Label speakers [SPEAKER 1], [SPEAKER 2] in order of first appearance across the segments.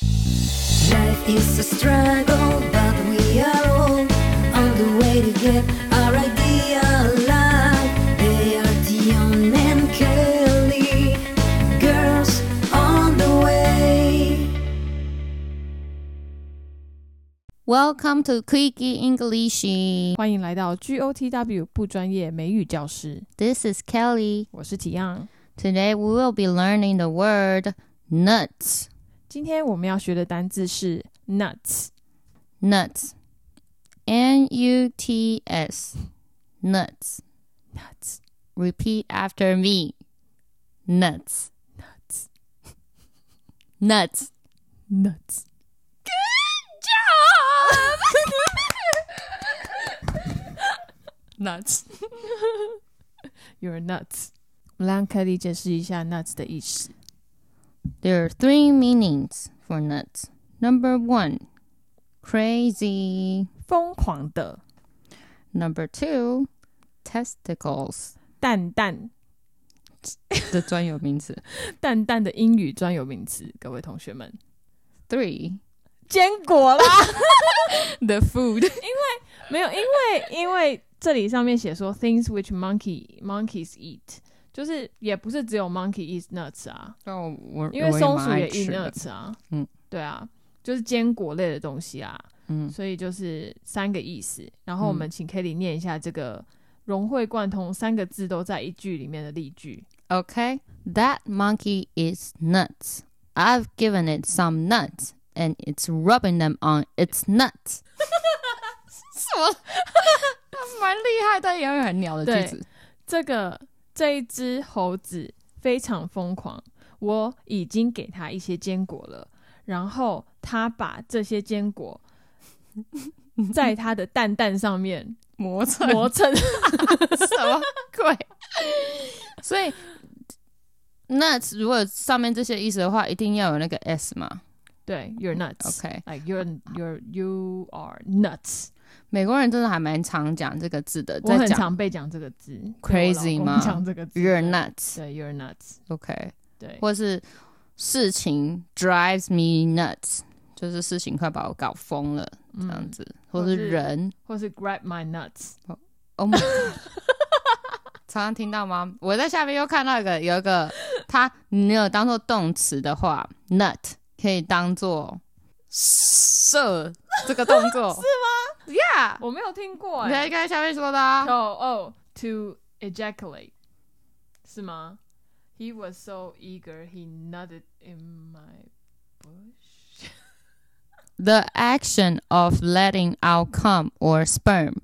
[SPEAKER 1] Life is a struggle, but we are all on the way to get our ideal life. They are Dion and Kelly, girls on the way.
[SPEAKER 2] Welcome to Quickie English.
[SPEAKER 3] 欢迎来到 GOTW 不专业美语教师，
[SPEAKER 2] This is Kelly.
[SPEAKER 3] 我是吉昂。
[SPEAKER 2] Today we will be learning the word nuts.
[SPEAKER 3] 今天我们要学的单字是 nuts。
[SPEAKER 2] Nuts. N U T S. Nuts.
[SPEAKER 3] nuts
[SPEAKER 2] Repeat after me. Nuts.
[SPEAKER 3] nuts
[SPEAKER 2] Nuts.
[SPEAKER 3] nuts。
[SPEAKER 2] nuts.
[SPEAKER 3] You're nuts。我们让 Kelly 解释一下 nuts 的意思。
[SPEAKER 2] There are three meanings for nuts. Number one, crazy.
[SPEAKER 3] 疯狂的
[SPEAKER 2] Number two, testicles.
[SPEAKER 3] 蛋蛋，
[SPEAKER 2] 的专有名词。
[SPEAKER 3] 蛋蛋的英语专有名词，各位同学们，
[SPEAKER 2] Three,
[SPEAKER 3] 坚果啦。
[SPEAKER 2] the food.
[SPEAKER 3] 没有，因为因为这里上面写说 things which monkey monkeys eat，就是也不是只有 monkey eat nuts 啊。
[SPEAKER 2] 哦，我
[SPEAKER 3] 因为松鼠也
[SPEAKER 2] 一
[SPEAKER 3] eat nuts 啊，
[SPEAKER 2] 嗯
[SPEAKER 3] 嗯，对啊，就是坚果类的东西啊，
[SPEAKER 2] 嗯
[SPEAKER 3] 所以就是三个意思。然后我们
[SPEAKER 2] 嗯
[SPEAKER 3] 请 Kelly 念一下这个融会贯通三个字都在一句里面的例句。
[SPEAKER 2] ，Okay, that monkey is nuts. I've given it some nuts, and it's rubbing them on its nuts. 什么？蛮厉害，但也有很鸟的句子。
[SPEAKER 3] 这个这一只猴子非常疯狂，我已经给它一些坚果了，然后它把这些坚 果在它的蛋蛋上面
[SPEAKER 2] 磨蹭
[SPEAKER 3] 磨蹭，
[SPEAKER 2] 什么鬼？所以 nuts 如果上面这些意思的话，一定要有那个 s 嘛。
[SPEAKER 3] 对，you're nuts。
[SPEAKER 2] OK，
[SPEAKER 3] Like you're you're you are nuts，
[SPEAKER 2] 美国人真的还蛮常讲这个字的，
[SPEAKER 3] 我
[SPEAKER 2] 在
[SPEAKER 3] 很
[SPEAKER 2] 讲
[SPEAKER 3] 常被讲这个字
[SPEAKER 2] Crazy
[SPEAKER 3] 对我老公
[SPEAKER 2] 吗
[SPEAKER 3] 讲这个字
[SPEAKER 2] you're nuts。
[SPEAKER 3] 对，you're nuts，
[SPEAKER 2] OK，
[SPEAKER 3] 对，
[SPEAKER 2] 或是事情 drives me nuts，就是事情快把我搞疯了这样
[SPEAKER 3] 嗯，
[SPEAKER 2] 子，
[SPEAKER 3] 或
[SPEAKER 2] 或是
[SPEAKER 3] 是
[SPEAKER 2] 人
[SPEAKER 3] 或是 grab my nuts，
[SPEAKER 2] ，Oh my god，常常听到吗？我在下面又看到一个有一个，它你有当做动词的话，nut 可以当做射这个动作 是吗？Yeah，
[SPEAKER 3] 我没有听过
[SPEAKER 2] 你在
[SPEAKER 3] 哎、
[SPEAKER 2] 刚才下面说的啊
[SPEAKER 3] o，哦、oh,，to ejaculate 是吗？He was so eager he nutted in my bush。
[SPEAKER 2] The action of letting out cum or sperm，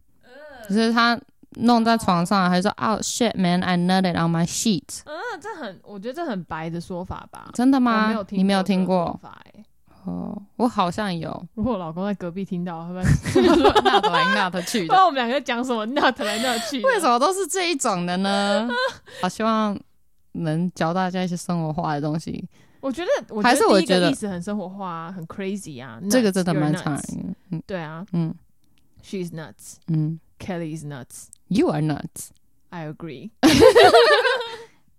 [SPEAKER 2] 就是他弄在床上，还说 Oh shit man, I nutted on my sheet。
[SPEAKER 3] 嗯，这很，我觉得这很白的说法吧？
[SPEAKER 2] 真的
[SPEAKER 3] 我
[SPEAKER 2] 吗？
[SPEAKER 3] 没有听，
[SPEAKER 2] 你没有听过
[SPEAKER 3] 过这个说？法哎。
[SPEAKER 2] 哦，我好像
[SPEAKER 3] 。
[SPEAKER 2] 有
[SPEAKER 3] 如果我老公在隔壁听到，他 们不
[SPEAKER 2] 那头来那头去的，
[SPEAKER 3] 知道我们两个讲什么 nut 来 nut 去 的。
[SPEAKER 2] 为什么都是这一种的呢？ 好希望能教大家一些生活化的东西。
[SPEAKER 3] 我觉得，我
[SPEAKER 2] 还是我
[SPEAKER 3] 第一个
[SPEAKER 2] 觉得
[SPEAKER 3] 意思很生活化、啊，很 crazy 啊。
[SPEAKER 2] 这个真的
[SPEAKER 3] nuts，
[SPEAKER 2] 蛮
[SPEAKER 3] you're
[SPEAKER 2] 常
[SPEAKER 3] nuts
[SPEAKER 2] 嗯
[SPEAKER 3] 对啊
[SPEAKER 2] 嗯
[SPEAKER 3] ，she's nuts,
[SPEAKER 2] 嗯
[SPEAKER 3] Kelly's nuts.
[SPEAKER 2] ，You are nuts.
[SPEAKER 3] I agree.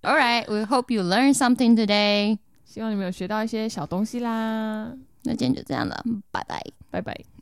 [SPEAKER 2] All right, we hope you learn something today.
[SPEAKER 3] 希望你们有学到一些小东西啦，
[SPEAKER 2] 那今天就这样了，拜拜。
[SPEAKER 3] 拜拜。